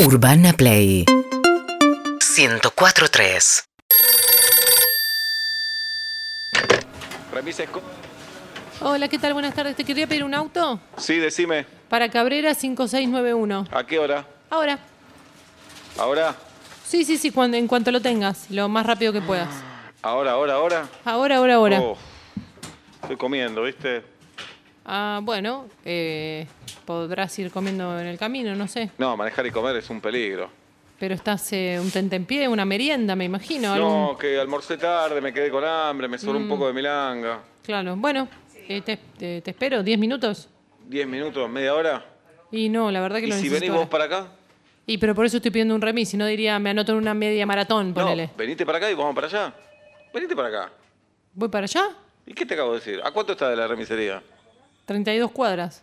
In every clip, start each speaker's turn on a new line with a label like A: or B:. A: Urbana Play 104.3
B: Remises. co-
C: Hola, ¿qué tal? Buenas tardes. Te quería pedir un auto
B: Sí, decime,
C: para Cabrera 5691.
B: ¿a qué hora?
C: Ahora.
B: ¿Ahora?
C: Sí, sí, sí, cuando, en cuanto lo tengas, lo más rápido que puedas.
B: ¿Ahora, ahora, ahora?
C: Ahora, ahora, ahora.
B: Oh, estoy comiendo, ¿viste?
C: Ah, bueno, eh, podrás ir comiendo en el camino, no sé.
B: No, manejar y comer es un peligro.
C: Pero estás eh, un tentempié, una merienda, me imagino. algún-
B: No, que almorcé tarde, me quedé con hambre, me
C: Mm.
B: sobró un poco de milanga.
C: Claro, bueno, eh, te, te- te espero, 10 minutos.
B: ¿Diez minutos, media hora?
C: Y no, la verdad que
B: ¿Y
C: lo
B: si
C: necesito
B: venís
C: ahora.
B: vos para acá?
C: Y pero por eso estoy pidiendo un remis, si no diría, me anoto en una media maratón, ponele.
B: No, venite para acá y vamos para allá. Venite para acá.
C: ¿Voy para allá?
B: ¿Y qué te acabo de decir? ¿A cuánto está de la remisería?
C: 32 cuadras.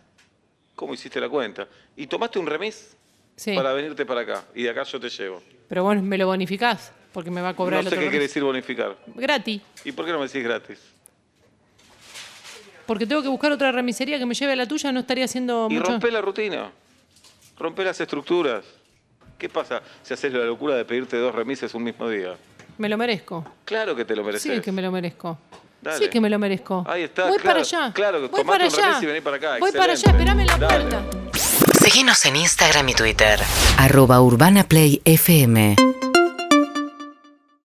B: ¿Cómo hiciste la cuenta? ¿Y tomaste un remis?
C: Sí.
B: Para venirte para acá. Y de acá yo te llevo.
C: Pero bueno, me lo bonificás, porque me va a
B: no
C: cobrar el
B: sé
C: otro.
B: qué quiere
C: remis.
B: decir bonificar.
C: Gratis.
B: ¿Y por qué no me decís gratis?
C: Porque tengo que buscar otra remisería que me lleve a la tuya, no estaría haciendo
B: Y
C: mucho.
B: rompe la rutina. Rompe las estructuras. ¿Qué pasa si haces la locura de pedirte dos remises un mismo día?
C: Me lo merezco.
B: Claro que te lo mereces.
C: Sí que me lo merezco.
B: Dale.
C: Sí que me lo merezco.
B: Ahí está,
C: Voy
B: claro,
C: para allá.
B: claro,
C: Voy
B: tomate
C: para
B: un
C: allá.
B: remis y vení para acá,
C: Voy para allá,
B: excelente.
C: esperame en la
B: Dale.
C: puerta.
A: Seguinos en Instagram y Twitter Arroba Urbana Play FM